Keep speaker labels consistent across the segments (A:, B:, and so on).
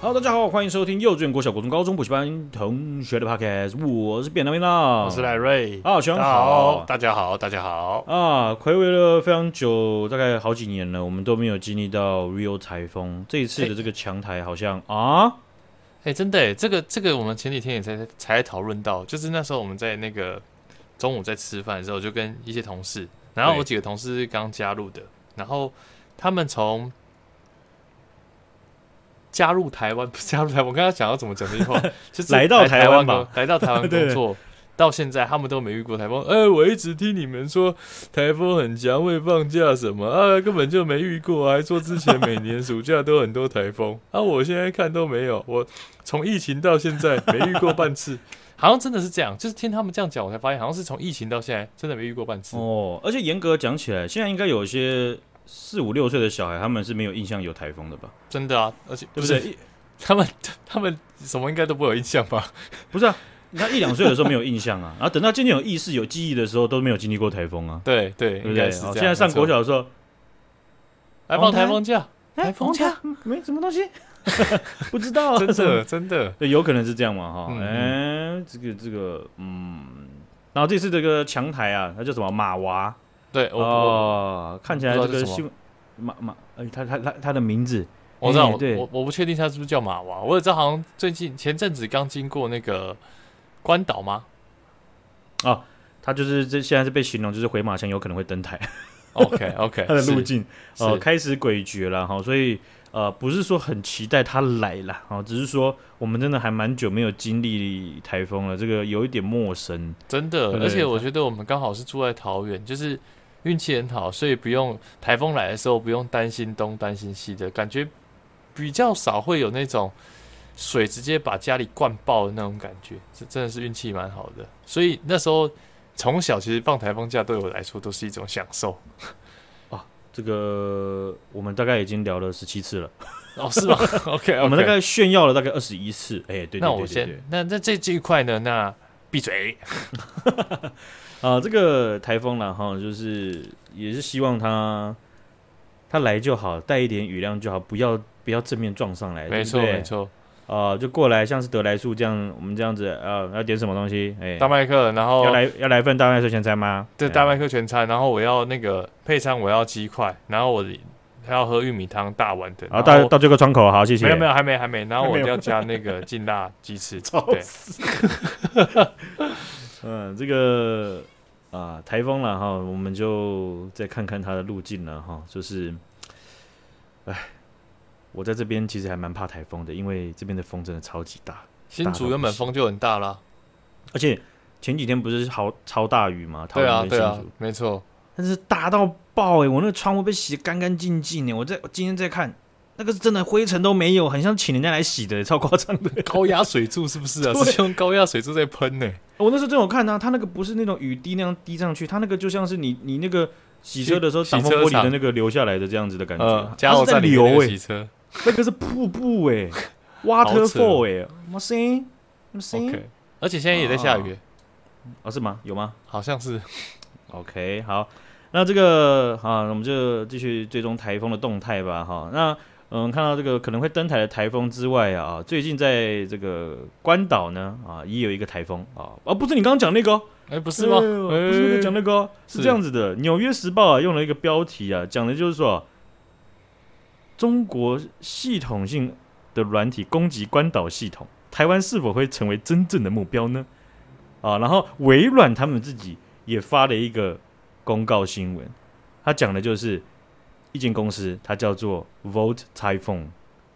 A: Hello，大家好，欢迎收听幼稚园、国小、国中、高中补习班同学的 Podcast，我是扁担面啦，
B: 我是赖瑞。
A: 啊，全
B: 大家
A: 好
B: 好，大家好，大家好。
A: 啊，暌违了非常久，大概好几年了，我们都没有经历到 real 台风，这一次的这个强台好像啊，
B: 哎、真的耶，这个这个，我们前几天也才才讨论到，就是那时候我们在那个中午在吃饭的时候，就跟一些同事，然后
A: 对
B: 我几个同事是刚加入的，然后他们从加入台湾，不是加入台湾，我刚刚讲要怎么讲这句 话，就是
A: 来到台
B: 台
A: 湾吧
B: 工，来到台 湾
A: 对
B: 工作。到现在他们都没遇过台风，哎、我一直听你们说台风很强，会放假什么啊，根本就没遇过，还说之前每年暑假都很多台风啊，我现在看都没有，我从疫情到现在没遇过半次， 好像真的是这样，就是听他们这样讲，我才发现好像是从疫情到现在真的没遇过半次，
A: 哦，而且严格讲起来，现在应该有一些四五六岁的小孩，他们是没有印象有台风的吧？
B: 真的啊，而且
A: 对不
B: 对不
A: 对
B: 对？？ 他们他们什么应该都不会有印象吧？
A: 不是啊，他一两岁的时候没有印象啊，然后等到渐渐有意识、有记忆的时候，都没有经历过台风啊，
B: 对对，
A: 对不
B: 应
A: 对？
B: 该是这
A: 哦
B: 样。
A: 现在上
B: 没错
A: 国小的时候，
B: 还放台风假，
A: 哎，
B: 台风假
A: 嗯，没什么东西， 不知 道啊，
B: 哦真 的真的，
A: 对，有可能是这样嘛，哈，哎、这个这个，嗯，然后这次这个强台啊，它叫什么马娃
B: 对我我
A: 哦，看起来
B: 不
A: 这个
B: 知道是什么
A: 新闻马马，哎，它它它它的名字
B: 我知道，
A: 哎
B: 我
A: 对
B: 我我不确定他是不是叫马娃，我也知道好像最近前阵子刚经过那个关岛吗？
A: 它就是这现在是被形容就是回马枪有可能会登 台，
B: OK OK，
A: 它的路径
B: 是
A: 呃开始诡谲了哈，所以呃不是说很期待它来了哈，只是说我们真的还蛮久没有经历台风了，这个有一点陌生，
B: 真的
A: 对，
B: 而且我觉得我们刚好是住在桃园，就是运气很好，所以不用台风来的时候不用担心东担心西的感觉，比较少会有那种水直接把家里灌爆的那种感觉，这真的是运气蛮好的。所以那时候从小其实放台风假对我来说都是一种享受。
A: 这个我们大概已经聊了十七次了。
B: 哦，是 吗？OK，
A: 我们大概炫耀了大概二十一次，哎、对对对对
B: 那我
A: 对
B: 先，那那这这一块呢？那闭嘴。
A: 啊、这个台风了哈，就是也是希望它它来就好，带一点雨量就好，不要不要正面撞上来，
B: 没错
A: 哎对不对
B: 没，错，
A: 啊、就过来像是德莱树这样，我们这样子啊、要点什么东西？哎、
B: 大麦克，然后
A: 要来要来份大麦睡前餐吗？
B: 对
A: 哎
B: 大麦克全餐，然后我要那个配餐，我要鸡块，然后我的还要喝玉米汤大碗的，
A: 好，到
B: 后
A: 到这个窗口，好，谢谢。
B: 没有没有还没还没，然后我
A: 还没有
B: 要加那个劲辣 鸡翅，
A: 吵
B: 对，
A: 死。嗯，这个啊，台风了哈，我们就再看看它的路径了哈。就是，哎，我在这边其实还蛮怕台风的，因为这边的风真的超级大，
B: 新竹原本风就很大啦，
A: 而且前几天不是好超大雨嘛，桃
B: 对啊
A: 园跟新
B: 对啊
A: 竹，，
B: 没错，
A: 但是大到爆哎、我那个窗户被洗得干干净净哎，我在我今天在看。那个是真的灰尘都没有，很像请人家来洗的，超夸张的。
B: 高压水柱是不是啊？
A: 对
B: 是用高压水柱在喷呢，
A: 我那时候真有看啊，它那个不是那种雨滴那样滴上去，它那个就像是你你那个洗车的时候
B: 洗
A: 挡风
B: 洗车
A: 玻璃的
B: 场
A: 那个流下来的这样子的感觉，
B: 呃，加
A: 它
B: 油
A: 是在
B: 站里
A: 流
B: 面那个
A: 哎、
B: 洗车
A: 那个是瀑布 哎、
B: 扯哦
A: waterfall 哎、哇塞，哇塞，
B: ，OK，而且现在也在下雨，
A: 哦是吗？有吗
B: 好像是
A: ？OK，好，那这个好，那我们就继续追踪台风的动态吧哈。那嗯，看到这个可能会登台的台风之外啊，最近在这个关岛呢啊也有一个台风啊，啊不是你刚刚讲那个哦、
B: 哎，不是吗？
A: 对不是那个
B: 哎
A: 讲那个哦、是
B: 是
A: 这样子的，《纽约时报啊》用了一个标题啊，讲的就是说，中国系统性的软体攻击关岛系统，台湾是否会成为真正的目标呢？啊，然后微软他们自己也发了一个公告新闻，他讲的就是一间公司，它叫做 Volt Typhoon，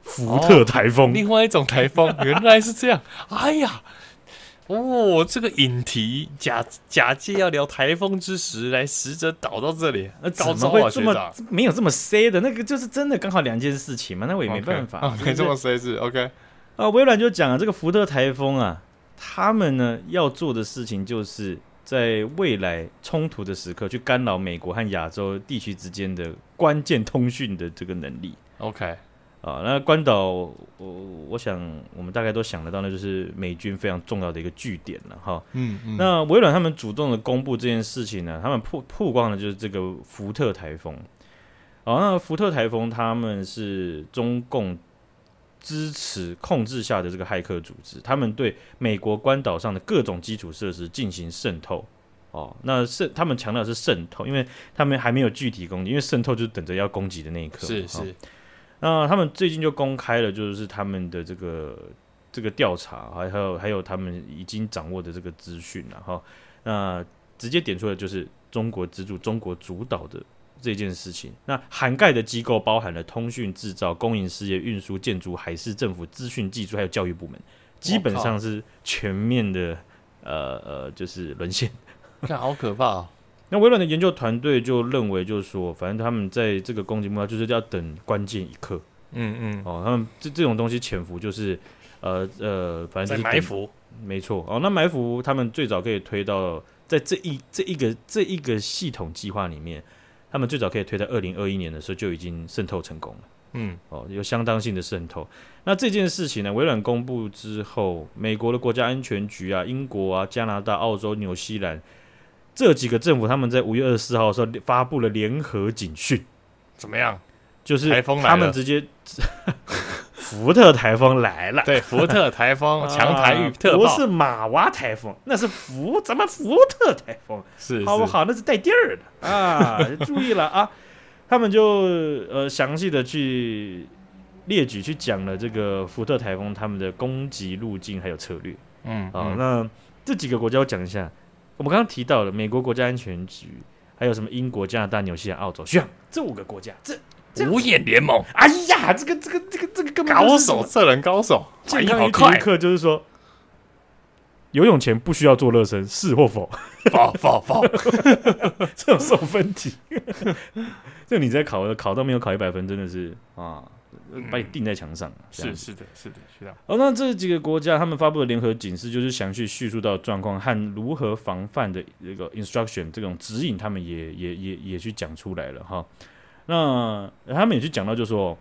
A: 福特台风。
B: 另外一种台 风，原来是这样。哎呀，哦，这个引题假假借要聊台风之时，来实则导到这里，
A: 那怎
B: 高
A: 么
B: 招
A: 会
B: 啊，
A: 这
B: 学
A: 么
B: 长。
A: 没有这么 C 的？那个就是真的刚好两件事情嘛，那我也没办法
B: OK，啊
A: 对不
B: 没这
A: 对
B: 么随是 OK，
A: 啊，微软就讲了这个福特台风啊，他们呢要做的事情就是在未来冲突的时刻去干扰美国和亚洲地区之间的关键通讯的这个能力
B: OK，
A: 啊。那关岛，我我想我们大概都想得到，那就是美军非常重要的一个据点了哈。
B: 嗯嗯，
A: 那微软他们主动的公布这件事情呢，他们曝曝光的就是这个福特台风。哦，那福特台风他们是中共支持控制下的这个骇客组织，他们对美国关岛上的各种基础设施进行渗透。哦，那渗他们强调是渗透，因为他们还没有具体攻击，因为渗透就是等着要攻击的那一刻嘛。
B: 是
A: 哦
B: 是，
A: 那他们最近就公开了，就是他们的这个这个调查，还还有还有他们已经掌握的这个资讯了哈。那直接点出的就是中国资助、中国主导的这件事情。那涵盖的机构包含了通讯、制造、公营事业、运输、建筑、海事、政府、资讯技术，还有教育部门，基本上是全面的呃呃，就是沦陷。
B: 看好可怕、哦。
A: 那微软的研究团队就认为，就是说，反正他们在这个攻击目标就是要等关键一刻。
B: 嗯
A: 哦，他们这这种东西潜伏就是，呃呃，反正
B: 嗯，
A: 就
B: 在
A: 是
B: 埋
A: 等，
B: 伏。
A: 没错。哦，那埋伏他们最早可以推到在这一这一个这一个系统计划里面，他们最早可以推到二零二一年的时候就已经渗透成功了。
B: 嗯，
A: 哦，有相当性的渗透。那这件事情呢，微软公布之后，美国的国家安全局啊、英国啊、加拿大、澳洲、纽西兰这几个政府，他们在五月二十四号的时候发布了联合警讯。
B: 怎么样？
A: 就是
B: 台风来了
A: 他们直接 福特台风来了，
B: 对，福特台风哦强台
A: 啊
B: 与特
A: 不
B: 报，
A: 是马娃台风，那是福咱们福特台风，
B: 是
A: 好不
B: 是
A: 好？那是带地儿的 啊，注意了啊！他们就呃详细的去列举去讲了这个福特台风他们的攻击路径还有策略
B: 嗯
A: 啊。
B: 嗯
A: 那这几个国家我讲一下，我们刚刚提到了美国国家安全局，还有什么英国、加拿大、纽西兰、澳洲、香这五个国家，这这样
B: 五眼联盟，
A: 哎呀，这个这个这个这个根本
B: 高
A: 就是什
B: 手
A: 么
B: 测人高手，反
A: 健
B: 应
A: 康
B: 好
A: 一体
B: 快
A: 育， 课就是说，游泳前不需要做热身，是或否？
B: 爆爆爆！
A: 这种送分题， 就你在考考到没有考一百分，真的是啊，把你钉在墙上。这样
B: 是是的，是的，学长，
A: 哦，那这几个国家他们发布的联合警示，就是详细叙述到状况和如何防范的这个 instruction 这种指引，他们也也也也去讲出来了哈。那他们也去讲到，就说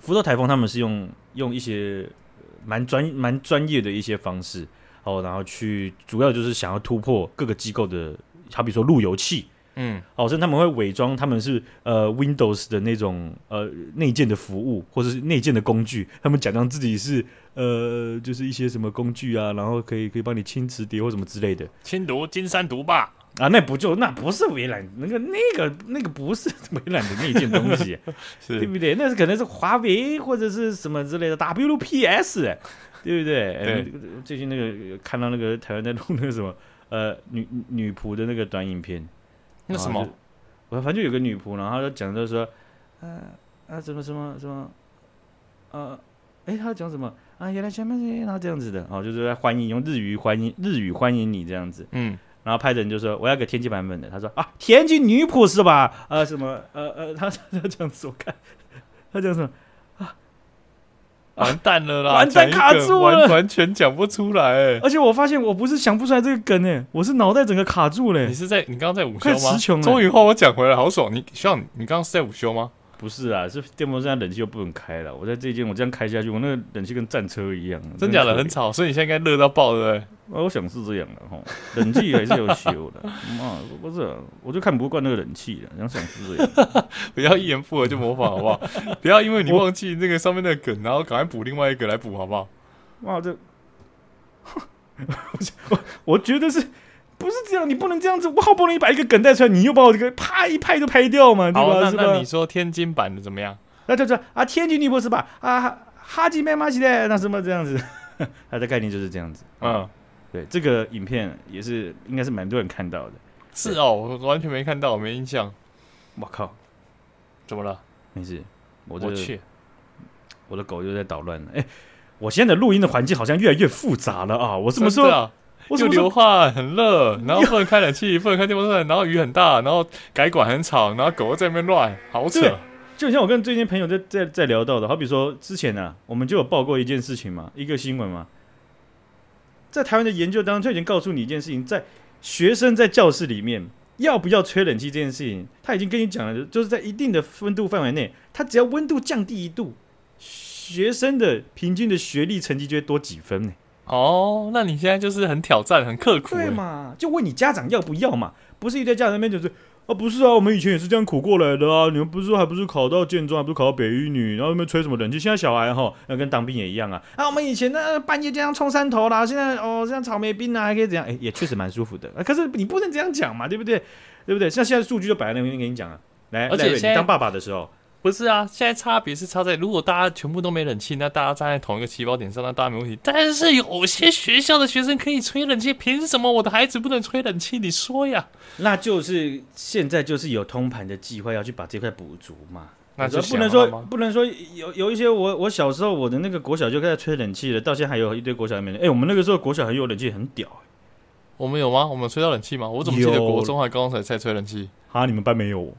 A: 福特台风他们是用用一些呃蛮专蛮专业的一些方式，哦，然后去主要就是想要突破各个机构的，好比说路由器，
B: 嗯，
A: 哦，甚至他们会伪装他们是呃 Windows 的那种呃内建的服务，或者是内建的工具，他们假装自己是呃就是一些什么工具啊，然后可以可以帮你清磁碟或什么之类的
B: 亲读金山毒霸，
A: 啊，那不就那不是微软那个那个那个不是微软的内建东 西，对
B: 是
A: 不对？那是可能是华为或者是什么之类的 WPS，对不对？哎
B: 对
A: 最近那个看到那个台湾在录那个什么呃女女仆的那个短影片，
B: 那什
A: 啊
B: 么，
A: 我反正就有个女仆，然后她就讲就是说，呃啊怎么什么什么，呃，哎她讲什么啊原来全面然后这样子的，哦就是在欢迎用日语欢迎日语欢迎你这样子，
B: 嗯，
A: 然后拍的人就说我要个天气版本的，他说啊天气女仆是吧？呃什么呃呃他他他这样子我看，他讲什么
B: 完蛋了啦，
A: 啊完蛋
B: 讲一个
A: 卡住了哎
B: 完完全讲不出来。
A: 而且我发现我不是想不出来这个梗诶，我是脑袋整个卡住嘞
B: 你。是在你刚刚在午休
A: 快
B: 吗
A: 词穷？了
B: 终于换我讲回来，好爽！你像你刚刚是在午休吗？
A: 不是啊，是电风扇冷气又不能开了。我在这间我这样开下去，我那个冷气跟战车一样，
B: 真假的
A: 可
B: 很
A: 怜
B: 吵，所以你现在应该热到爆，对不对？
A: 啊，我想是这样的哈， 冷气还是要修的。 妈，不是啊、我就看不惯那个冷气了，然后想是这样。
B: 不要一言不合就模仿，好不好？不要因为你忘记那个上面的梗，然后赶快补另外一个来补，好不好？
A: 哇，这， 我我觉得是不是这样？你不能这样子，我好不容易把一个梗带出来，你又把我这个啪一拍都拍掉嘛，对
B: 好，啊
A: 吧？
B: 那
A: 是
B: 那
A: 吧
B: 你？说天津版的怎么样？
A: 那就是啊，天津女博士吧，啊，哈哈基麦马西的那什么这样子， 它的概念就是这样子。
B: 嗯，
A: 对，这个影片也是应该是蛮多人看到的。
B: 是哦，我完全没看到，没印象。
A: 我靠，
B: 怎么了？
A: 没事，我
B: 我
A: 这个
B: 去，
A: 我的狗又在捣乱了。哎、我现在的录音的环境好像越来越复杂了啊！我什么时
B: 真的
A: 候？
B: 啊
A: 我什
B: 又
A: 么时
B: 流
A: 候？
B: 汗，很热，然后不能开冷气， 不能开电风扇，然后雨很大，然后改管很吵，然后狗又在那边乱，好扯
A: 对。就很像我跟最近朋友在在在聊到的，好比说之前呢、啊，我们就有报过一件事情嘛，一个新闻嘛，在台湾的研究当中就已经告诉你一件事情，在学生在教室里面要不要吹冷气这件事情，他已经跟你讲了，就是在一定的温度范围内，他只要温度降低一度，学生的平均的学历成绩就会多几分呢、
B: 哦，那你现在就是很挑战，很刻苦欸。
A: 对嘛？就问你家长要不要嘛？不是一堆家长那边就是啊，不是啊，我们以前也是这样苦过来的啊。你们不是还不是考到建中，还不是考到北一女，然后你们吹什么冷气？现在小孩哈，那跟当兵也一样啊。啊，我们以前那呃半夜这样冲山头啦，现在哦这样草莓冰啊，还可以怎样？哎，也确实蛮舒服的。啊、可是你不能这样讲嘛，对不对？对不对？像现在数据就摆在那边给你讲啊。来，
B: 而且
A: 赖瑞
B: 现在
A: 你当爸爸的时候，
B: 不是啊，现在差别是差在，如果大家全部都没冷气，那大家站在同一个起跑点上，那大家没问题。但是有些学校的学生可以吹冷气，凭什么我的孩子不能吹冷气？你说呀？
A: 那就是现在就是有通盘的计划要去把这块补足嘛。
B: 那就
A: 不
B: 想
A: 能说
B: 了吗
A: 不能说有有一些我我小时候我的那个国小就开始吹冷气了，到现在还有一堆国小没冷。哎、我们那个时候国小很有冷气，很屌、
B: 我们有吗？我们吹到冷气吗？我怎么记得
A: 有
B: 国中还高中才才吹冷气？
A: 啊，你们班没有我？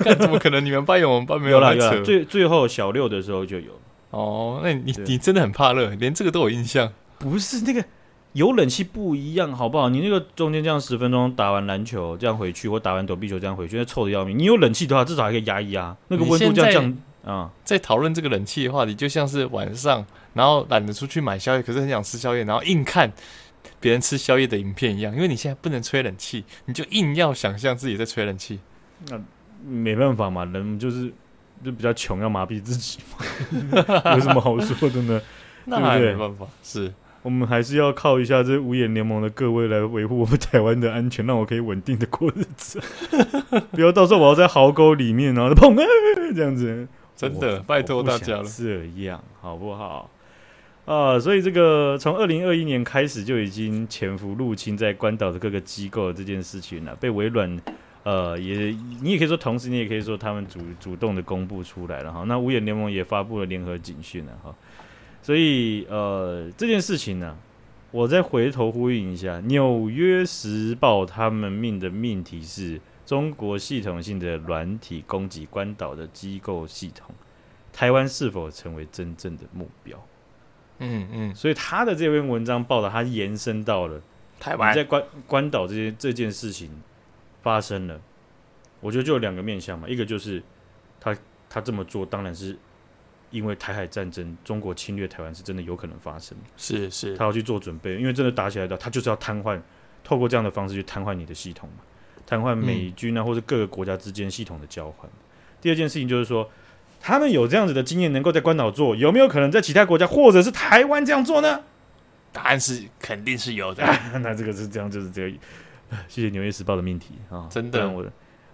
B: 干怎么可能？你们班有，我们班没
A: 有啦
B: 来
A: 有啦，
B: 扯。
A: 最最后小六的时候就有。
B: 哦，那你
A: 对
B: 你真的很怕热，连这个都有印象。
A: 不是那个有冷气不一样，好不好？你那个中间这样十分钟打完篮球这样回去，或打完躲避球这样回去，那臭的要命。你有冷气的话，至少还可以压一压，那个温度这样
B: 你现在
A: 降啊、
B: 在讨论这个冷气的话题，就像是晚上，然后懒得出去买宵夜，可是很想吃宵夜，然后硬看别人吃宵夜的影片一样，因为你现在不能吹冷气，你就硬要想象自己在吹冷气。
A: 没办法嘛，人就是就比较穷，要麻痹自己嘛，有 什么好说的呢？
B: 那
A: 对不
B: 还
A: 对
B: 没办法，是
A: 我们还是要靠一下这五眼联盟的各位来维护我们台湾的安全，让我可以稳定的过日子。 不要到时候我要在壕沟里面，然后砰、啊、这样子。
B: 真
A: 我
B: 的，拜托大
A: 我
B: 家
A: 不
B: 了。
A: 想这样好不好？啊、所以这个从二零二一年开始就已经潜伏入侵在关岛的各个机构的这件事情啊了，被微软。呃，也你也可以说，同时你也可以说，他们主主动的公布出来了哈。那五眼联盟也发布了联合警讯了哈。所以呃，这件事情呢、我再回头呼应一下，《纽约时报》他们命的命题是中国系统性的软体攻击关岛的机构系统。台湾是否成为真正的目标？
B: 嗯嗯，
A: 所以他的这篇文章报道，他延伸到了
B: 台
A: 你在关关岛这件这件事情发生了，我觉得就有两个面向嘛，一个就是他他这么做，当然是因为台海战争，中国侵略台湾是真的有可能发生，
B: 是是
A: 他要去做准备，因为真的打起来的，他就是要瘫痪，透过这样的方式去瘫痪你的系统嘛，瘫痪美军啊，或者各个国家之间系统的交换。第二件事情就是说，他们有这样子的经验，能够在关岛做，有没有可能在其他国家或者是台湾这样做呢？
B: 答案是肯定是有的。
A: 那这个是这样，就是这个。 谢谢《纽约时报》的命题啊，
B: 真
A: 不
B: 的
A: 然我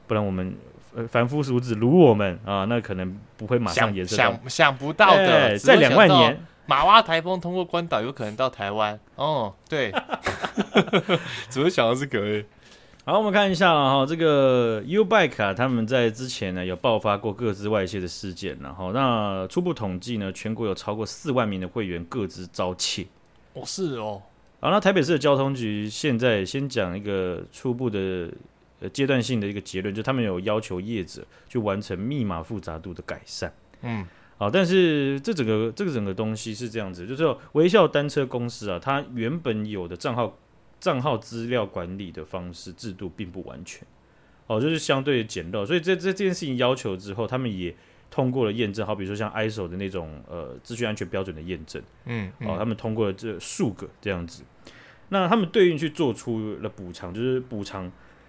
A: 不然我们呃凡夫俗子如我们啊，那可能不会马上
B: 想
A: 延伸到
B: 想想不到
A: 哎
B: 的，只
A: 在
B: 会
A: 两
B: 想
A: 万
B: 到
A: 年，
B: 马哇台风通过关岛，有可能到台湾。哦，对，只会想到这个而已。
A: 好，我们看一下了哈，这个 U Bike 啊，他们在之前呢有爆发过各自外泄的事件，然后那初步统计呢，全国有超过四万名的会员各自遭窃。
B: 哦，是哦，
A: 好，那台北市的交通局现在先讲一个初步的呃阶段性的一个结论，就他们有要求业者去完成密码复杂度的改善。
B: 嗯，
A: 好，但是这整个这个整个东西是这样子，就是说微笑单车公司啊，它原本有的账号账号资料管理的方式制度并不完全，哦，就是相对简陋，所以这这这件事情要求之后，他们也通过了验证，好比说像 ISO 的那种呃资讯安全标准的验证，
B: 嗯，
A: 哦，
B: 嗯
A: 他们通过了这数个这样子，那他们对应去做出了补偿，就是补偿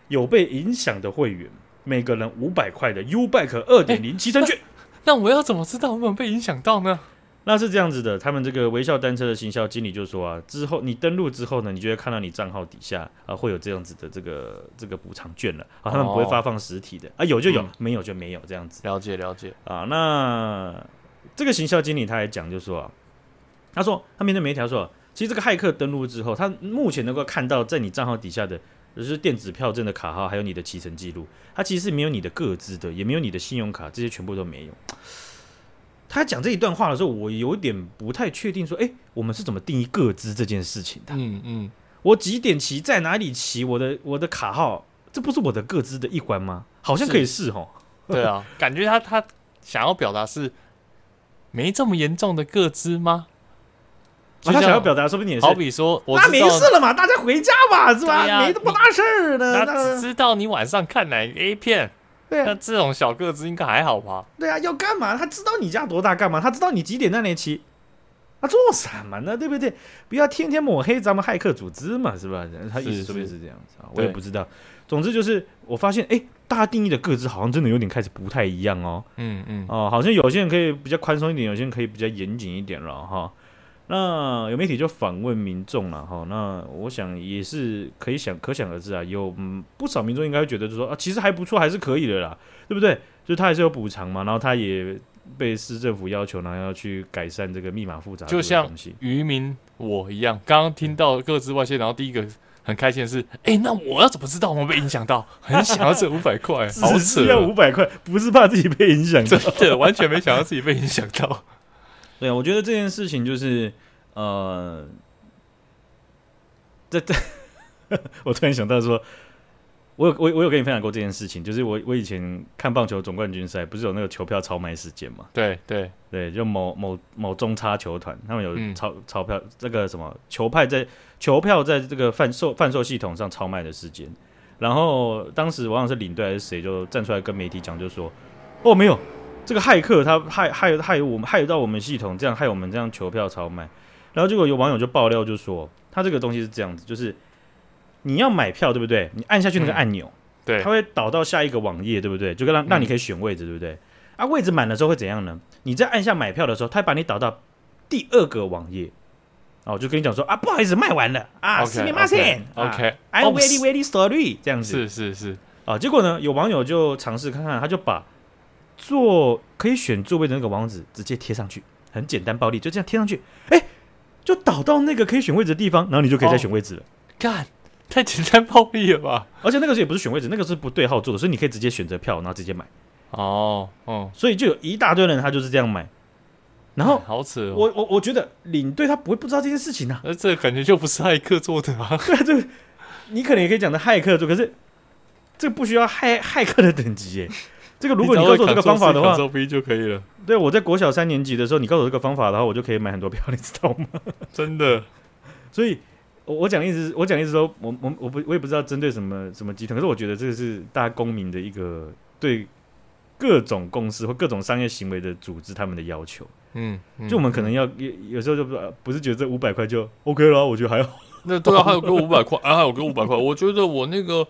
A: 有被影响的会员。每个人五百块的 U Bike 二点零骑乘 券，
B: 那我要怎么知道我们被影响到呢？
A: 那是这样子的，他们这个微笑单车的行销经理就说啊，之后你登录之后呢，你就会看到你账号底下啊会有这样子的这个这个补偿券了啊，他们不会
B: 哦
A: 发放实体的、啊，有就有，
B: 嗯
A: 没有就没有这样子
B: 了解了解，
A: 啊。那这个行销经理他还讲就说啊，他说他面对媒体他说，啊其实这个骇客登录之后，他目前能够看到在你账号底下的。就是电子票证的卡号，还有你的骑乘记录，他其实是没有你的个资的，也没有你的信用卡，这些全部都没有。他讲这一段话的时候，我有点不太确定，说，哎、我们是怎么定义个资这件事情的？
B: 嗯嗯，
A: 我几点骑，在哪里骑，我的我的卡号，这不是我的个资的一环吗？好像可以是哦。
B: 对啊， 感觉他他想要表达是没这么严重的个资吗？
A: 啊、
B: 就
A: 他
B: 像
A: 想要表达，说不定也是
B: 好，比说，我
A: 那
B: 知
A: 没
B: 道
A: 事啊了嘛，大家回家吧，是吧？
B: 对呀
A: 没那么大事儿的。
B: 他只
A: 那
B: 知道你晚上看哪个 A 片，
A: 对
B: 那
A: 啊，
B: 这种小个子应该还好吧？
A: 对啊，要干嘛？他知道你家多大干嘛？他知道你几点在那里骑，啊，做什么呢？对不对？不要天天抹黑咱们骇客组织嘛，是吧？他意思
B: 是
A: 说不定
B: 是
A: 是这样子啊，我也
B: 对
A: 不知道。总之就是我发现，哎，大家定义的各自好像真的有点开始不太一样哦。
B: 嗯嗯，
A: 哦，好像有些人可以比较宽松一点，有些人可以比较严谨一点了哈。那有媒体就访问民众了哈，那我想也是可以想可想而知啊，有嗯不少民众应该会觉得就说啊，其实还不错，还是可以的啦，对不对？就他还是有补偿嘛，然后他也被市政府要求，然后要去改善这个密码复杂度
B: 就
A: 的
B: 像
A: 东西，
B: 渔民我一样，刚刚听到各自外泄，然后第一个很开心的是，哎、那我要怎么知道我被影响到？很想要这五 百块，好
A: 只
B: 扯
A: 是要
B: 哦，
A: 五百块，不是怕自己被影响到
B: 真的完全没想到自己被影响到。
A: 对，啊我觉得这件事情就是，呃，这 这，我突然想到说，我有我有我有跟你分享过这件事情，就是我我以前看棒球总冠军赛，不是有那个球票超卖事件嘛？
B: 对对，
A: 对，就某某某中差球团，他们有
B: 嗯
A: 超、钞票这个什么球派在球票在这个贩售贩售系统上超卖的事件，然后当时忘了是领队还是谁就站出来跟媒体讲，就说哦没有，这个骇客他害害害我们害到我们系统，这样害我们这样球票超卖，然后结果有网友就爆料就说他这个东西是这样子，就是你要买票对不对？你按下去那个
B: 嗯
A: 按钮。
B: 对嗯
A: 它会导到下一个网页，对不对？就跟让让你可以选位置，对不对？啊，位置满了之后会怎样呢？你在按下买票的时候，它会把你导到第二个网页，哦，就跟你讲说啊，不好意思，卖完了啊，
B: OK，
A: すみません
B: OK，
A: 啊 i
B: Oops
A: m very very sorry，这样子
B: 是是是，
A: 啊。结果呢，有网友就尝试看看，他就把坐可以选座位的那个网址直接贴上去，很简单暴力，就这样贴上去，哎，就导到那个可以选位置的地方，然后你就可以再
B: 哦
A: 选位置了。
B: 干太简单暴力了吧？
A: 而且那个时候也不是选位置，那个是不对号坐的，所以你可以直接选择票，然后直接买。
B: 哦，哦，
A: 所以就有一大堆人他就是这样买。然后
B: 好扯哦，
A: 我我我觉得领队他不会不知道这件事情啊，
B: 那这感觉就不是骇客做的啊。
A: 对啊，这个你可能也可以讲的骇客做，可是这个不需要骇骇客的等级耶。 这 个如果你告诉我这个方法的话，
B: c B 就可以了，
A: 对我在国小三年级的时候，你告诉我这个方法的话，我就可以买很多票，你知道吗？
B: 真的。
A: 所以，我我讲的意思是，我讲的意思是说，我我我不我也不知道针对什么什么集团，可是我觉得这个是大家公民的一个对各种公司或各种商业行为的组织他们的要求。
B: 嗯，嗯
A: 就我们可能要有有时候就不不是觉得这五百块就 OK 了啊，我觉得还好。
B: 那对啊，还有给我五百块，啊，还有给我五百块。我觉得我那个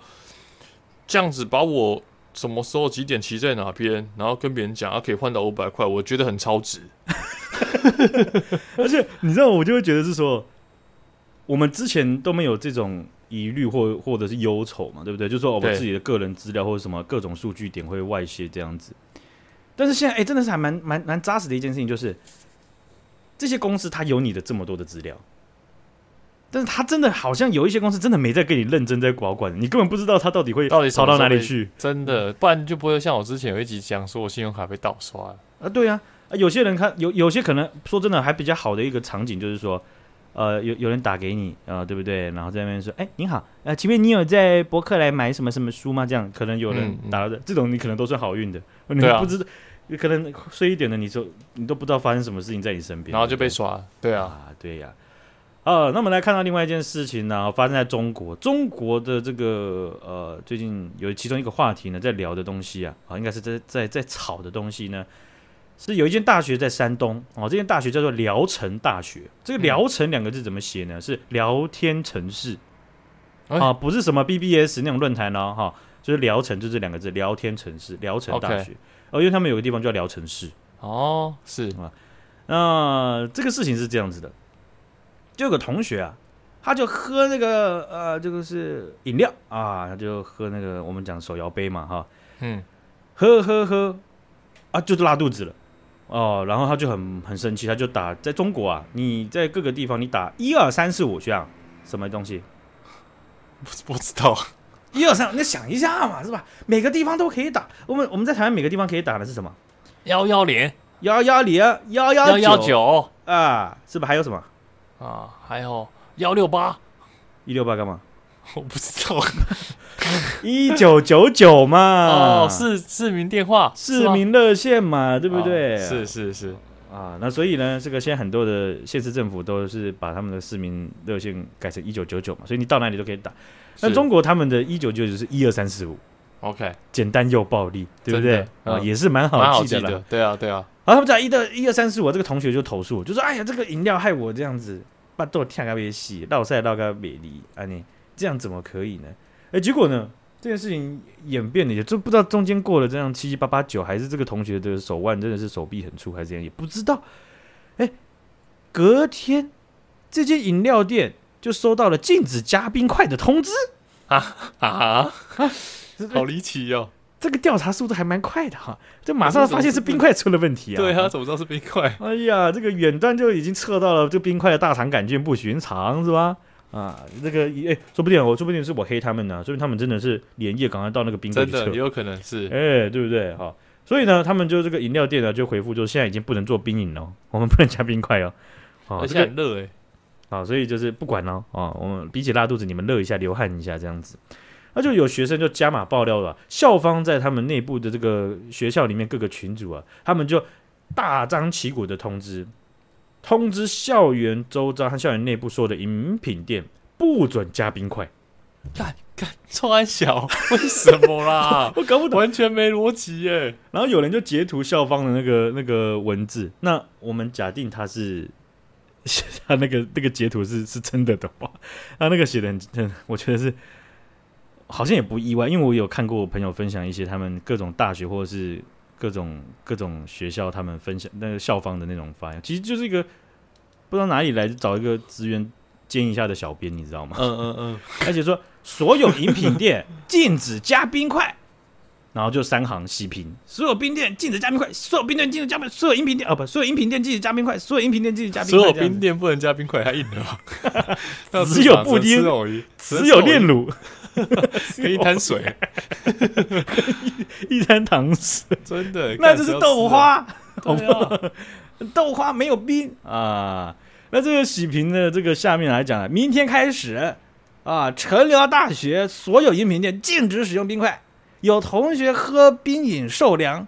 B: 这样子把我什么时候几点骑在哪边，然后跟别人讲，啊，可以换到五百块，我觉得很超值。
A: 嗯而且你知道，我就会觉得是说，我们之前都没有这种疑虑或或者是忧愁嘛，对不对？就说哦我们
B: 对
A: 自己的个人资料或者什么各种数据点会外泄这样子。但是现在，哎、真的是还蛮蛮蛮扎实的一件事情，就是这些公司它有你的这么多的资料，但是它真的好像有一些公司真的没在给你认真在保管，你根本不知道它到底会
B: 到底什
A: 逃
B: 么时候
A: 到哪里
B: 会
A: 去。
B: 真的，不然就不会像我之前有一集讲说我信用卡被盗刷了。
A: 啊，对啊，啊有些人看有有些可能说真的还比较好的一个场景就是说，呃，有有人打给你啊、呃对不对？然后在那边说，哎，您好，呃，请问你有在博客来买什么什么书吗？这样可能有人
B: 嗯嗯
A: 打到的，这种你可能都算好运的，你
B: 对啊
A: 不知道，可能衰一点的你就你都不知道发生什么事情在你身边，
B: 然后
A: 对
B: 就
A: 不对
B: 被刷了。对啊，
A: 啊，对呀、呃，那我们来看到另外一件事情呢、发生在中国。中国的这个呃，最近有其中一个话题呢，在聊的东西啊，啊，应该是在在在吵的东西呢，是有一间大学在山东哦，这间大学叫做聊城大学。这个“
B: 嗯
A: 聊城”两个字怎么写呢？是聊天城市
B: 哎
A: 啊，不是什么 BBS 那种论坛哦，哈、就是聊城，就这两个字，聊天城市，聊城大
B: OK
A: 学。哦，因为他们有个地方叫聊城市，
B: 哦，是，
A: 那、这个事情是这样子的，就有个同学啊，他就喝那个呃，这个是饮料啊，他就喝那个我们讲手摇杯嘛哈，
B: 嗯，
A: 喝喝喝啊，就是拉肚子了哦，然后他就很很生气，他就打在中国啊，你在各个地方你打一二三四五这样什么东西，
B: 不知道，
A: 一二三，你想一下嘛，是吧？每个地方都可以打，我们我们在台湾每个地方可以打的是什么？
B: 幺幺零
A: 幺幺零幺
B: 幺幺
A: 幺
B: 九
A: 啊，是吧？还有什么
B: 啊，还有幺六八，
A: 一六八干嘛？
B: 我不知道。
A: 一九九九嘛，
B: 哦，市市民电话，
A: 啊市
B: 吗
A: 民热线嘛，对不对？
B: 哦是是是，
A: 啊，那所以呢，这个现在很多的县市政府都是把他们的市民热线改成一九九九嘛，所以你到哪里都可以打。那
B: 是
A: 中国他们的一九九九是一二三四五，
B: OK，
A: 简单又暴力，对不
B: 真
A: 对
B: 的？嗯
A: 啊，也是蛮
B: 蛮
A: 好
B: 好
A: 记
B: 记
A: 的啦。
B: 的，对啊，对啊，
A: 然后他们讲一的一二三四五，我这个同学就投诉，就说：“哎呀，这个饮料害我这样子，把豆跳个别细，绕赛绕个别离，啊你这样怎么可以呢？”哎，结果呢，这件事情演变了，也就不知道中间过了这样七七八八九，还是这个同学的手腕真的是手臂很粗，还是怎样，也不知道。哎，隔天这间饮料店就收到了禁止加冰块的通知，
B: 啊， 好离奇 哦。
A: 这个调查速度还蛮快的哈，这马上发现是冰块出了问题啊！
B: 对啊，怎么知道是冰 块？
A: 哎呀，这个远端就已经测到了，这冰块的大肠杆菌不寻常是吧？啊，那个哎，说不定我说不定是我黑他们呢、说不定他们真的是连夜赶快到那个冰柜
B: 真
A: 去
B: 的
A: 测
B: 也，有可能是
A: 哎，对不对？哈、所以呢，他们就这个饮料店呢就回复，就现在已经不能做冰饮了，我们不能加冰块哦。哦，
B: 而
A: 这
B: 且
A: 个
B: 很热哎、
A: 啊，所以就是不管了啊，我们比起拉肚子，你们热一下，流汗一下这样子。那就有学生就加码爆料了，校方在他们内部的这个学校里面各个群组啊，他们就大张旗鼓的通知，通知校园周遭和校园内部所有的饮品店不准加冰块。
B: 干干臭安小，为什 么啦？
A: 我搞不懂。
B: 完全没逻辑耶！
A: 然后有人就截图校方的那个那个文字，那我们假定他是 他那个那个截图是是真的的话，他那个写的很很，我觉得是好像也不意外，因为我有看过我朋友分享一些他们各种大学或者是各种各种学校他们分享那个校方的那种发言，其实就是一个不知道哪里来找一个职员兼一下的小编，你知道吗？
B: 嗯嗯嗯，
A: 而且说所有饮品店禁止加冰块，然后就三行细拼：所有冰店禁止加冰块，所有冰店禁止加冰，所有饮品店啊不，所有饮品店禁止加冰块，所有饮品店禁止加冰
B: 所
A: 块，
B: 有
A: 这样子
B: 冰店不能加冰块，太硬了 吧？那
A: 只有布丁
B: 只能吃藕泥
A: 只有炼乳，
B: 可以一滩水，
A: 一滩糖水，
B: 真的。
A: 那
B: 干
A: 就是豆腐，花，
B: 谁 要吃啊对啊，
A: 豆花没有冰啊。那这个喜评的这个下面来讲，啊明天开始啊，陈辽大学所有饮品店禁止使用冰块，有同学喝冰饮受凉，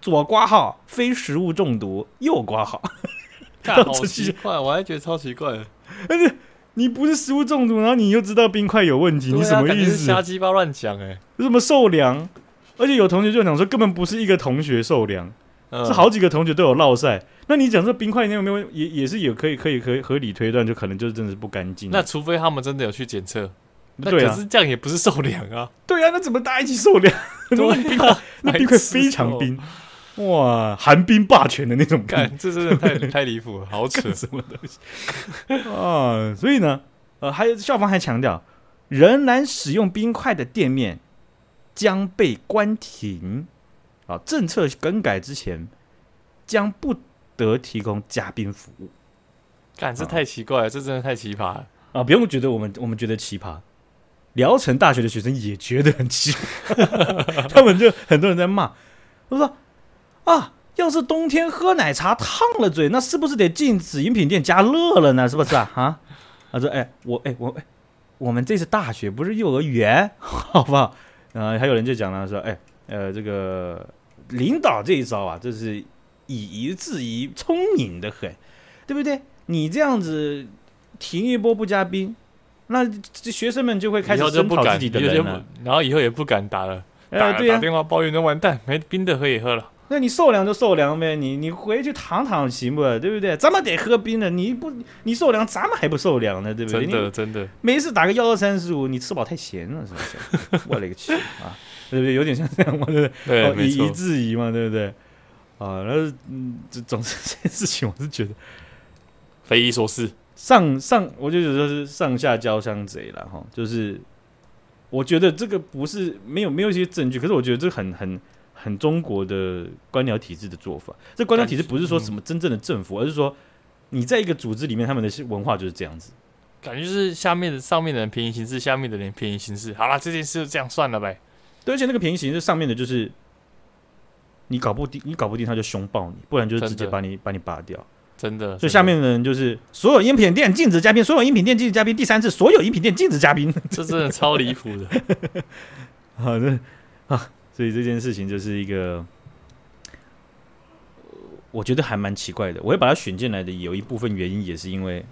A: 左挂号非食物中毒，右挂号。
B: 干好奇怪，我还觉得超奇怪的。
A: 哎你不是食物中毒，然后你又知道冰块有问题，你
B: 对啊
A: 什么
B: 感觉
A: 意
B: 是
A: 思？
B: 瞎鸡巴乱讲哎，
A: 有什么受凉？而且有同学就讲说，根本不是一个同学受凉，
B: 嗯
A: 是好几个同学都有落晒。那你讲这冰块你有没有也也是有可以可以可以合理推断，就可能就是真的是不干净。
B: 那除非他们真的有去检测，那
A: 对
B: 可
A: 啊，
B: 是这样也不是受凉啊，
A: 对啊，那怎么大家一起受凉？ 如果你冰
B: 对啊，
A: 那冰
B: 白
A: 块
B: 痴
A: 非常
B: 哦
A: 冰，哇，寒冰霸权的那种感觉。
B: 干这真的太太离谱了，好扯
A: 干。什么东西啊？所以呢，呃，还有校方还强调，仍然使用冰块的店面将被关停。啊，政策更改之前将不得提供嘉宾服务
B: 干这太奇怪了，这真的太奇葩了。
A: 啊！不用觉得我们我们觉得奇葩，聊城大学的学生也觉得很奇葩， 他们就很多人在骂，他说啊。要是冬天喝奶茶烫了嘴，那是不是得禁止饮品店加热了呢？是不是啊？啊，他说：“哎，我哎我哎，我们这是大学，不是幼儿园， 好不好？”呃，还有人就讲了说：“哎，呃，这个领导这一招啊，真是以夷制夷，聪明的很，对不对？你这样子停一波不加兵，那这学生们就会开
B: 以
A: 始
B: 后就
A: 征
B: 不
A: 讨
B: 敢，
A: 自己的
B: 以后就
A: 人
B: 不
A: 了、
B: 然后以后也不敢打了，打
A: 哎，
B: 了
A: 对呀、
B: 打电话抱怨那完蛋，没冰的喝也喝了。
A: 那你受凉就受凉呗，你你回去躺躺行不？对不对？咱们得喝冰的，你不你受凉，咱们还不受凉呢，对不对？
B: 真
A: 你
B: 的真的，
A: 没事打个幺二三四五，你吃饱太闲了，是不是？ 我勒个去啊，对不对？有点像这样嘛，对不对？
B: 对，
A: 哦
B: 没
A: 以
B: 错
A: 夷，制夷嘛，对不对？啊，然后嗯，这总之这件事情，我是觉得
B: 匪夷所思。
A: 上上，我就觉得是上下交相贼了哈。就是我觉得这个不是没有没有一些证据，可是我觉得这很很很中国的官僚体制的做法。这官僚体制不是说什么真正的政府，而是说你在一个组织里面，他们的文化就是这样子。
B: 感觉就是下面的上面的人便宜行事，下面的人便宜行事。好啦，这件事就这样算了呗。
A: 对，而且那个平行是上面的，就是你搞不定，你搞不定他就凶暴你，不然就是直接
B: 真的
A: 把你把你拔掉。
B: 真的，
A: 所以下面的人就是所有饮品店禁止嘉宾，所有饮品店禁止嘉宾，第三次所有饮品店禁止嘉宾
B: 这真的超离谱 的。
A: 啊，这啊，所以这件事情就是一个。我觉得还蛮奇怪的，我会把它选进来的有一部分原因也是因为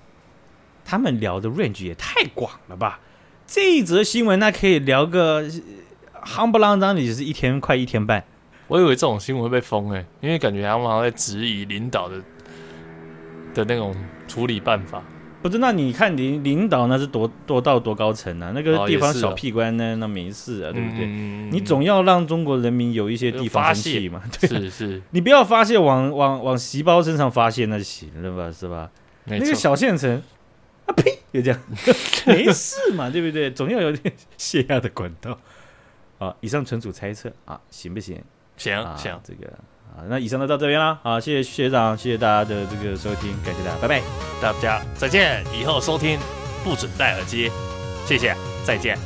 A: 他们聊的 range 也太广了吧？这一则新闻那可以聊个呃夯不啷当的也是一天快一天半。
B: 我以为这种新闻会被封哎、因为感觉他们好像在质疑领导的的那种处理办法。
A: 不是，那你看领领导那是多多到多高层啊？那个
B: 哦
A: 地方
B: 也是啊
A: 小屁官呢，那没事啊，对不对？
B: 嗯
A: 你总要让中国人民有一些地
B: 发
A: 方生
B: 泄
A: 气嘛，对啊，
B: 是是
A: 你不要发泄往往往细胞身上发泄那就行了吧，是吧？
B: 那
A: 那个小县城，啊呸，就这样，没事嘛，对不对？总要有点泄压的管道啊。以上纯属猜测啊，行不行？
B: 行
A: 啊
B: 嗯行，
A: 这个啊，那以上就到这边啦。好，谢谢学长，谢谢大家的这个收听，感谢大家，拜拜。
B: 大家再见，以后收听不准戴耳机，谢谢，再见，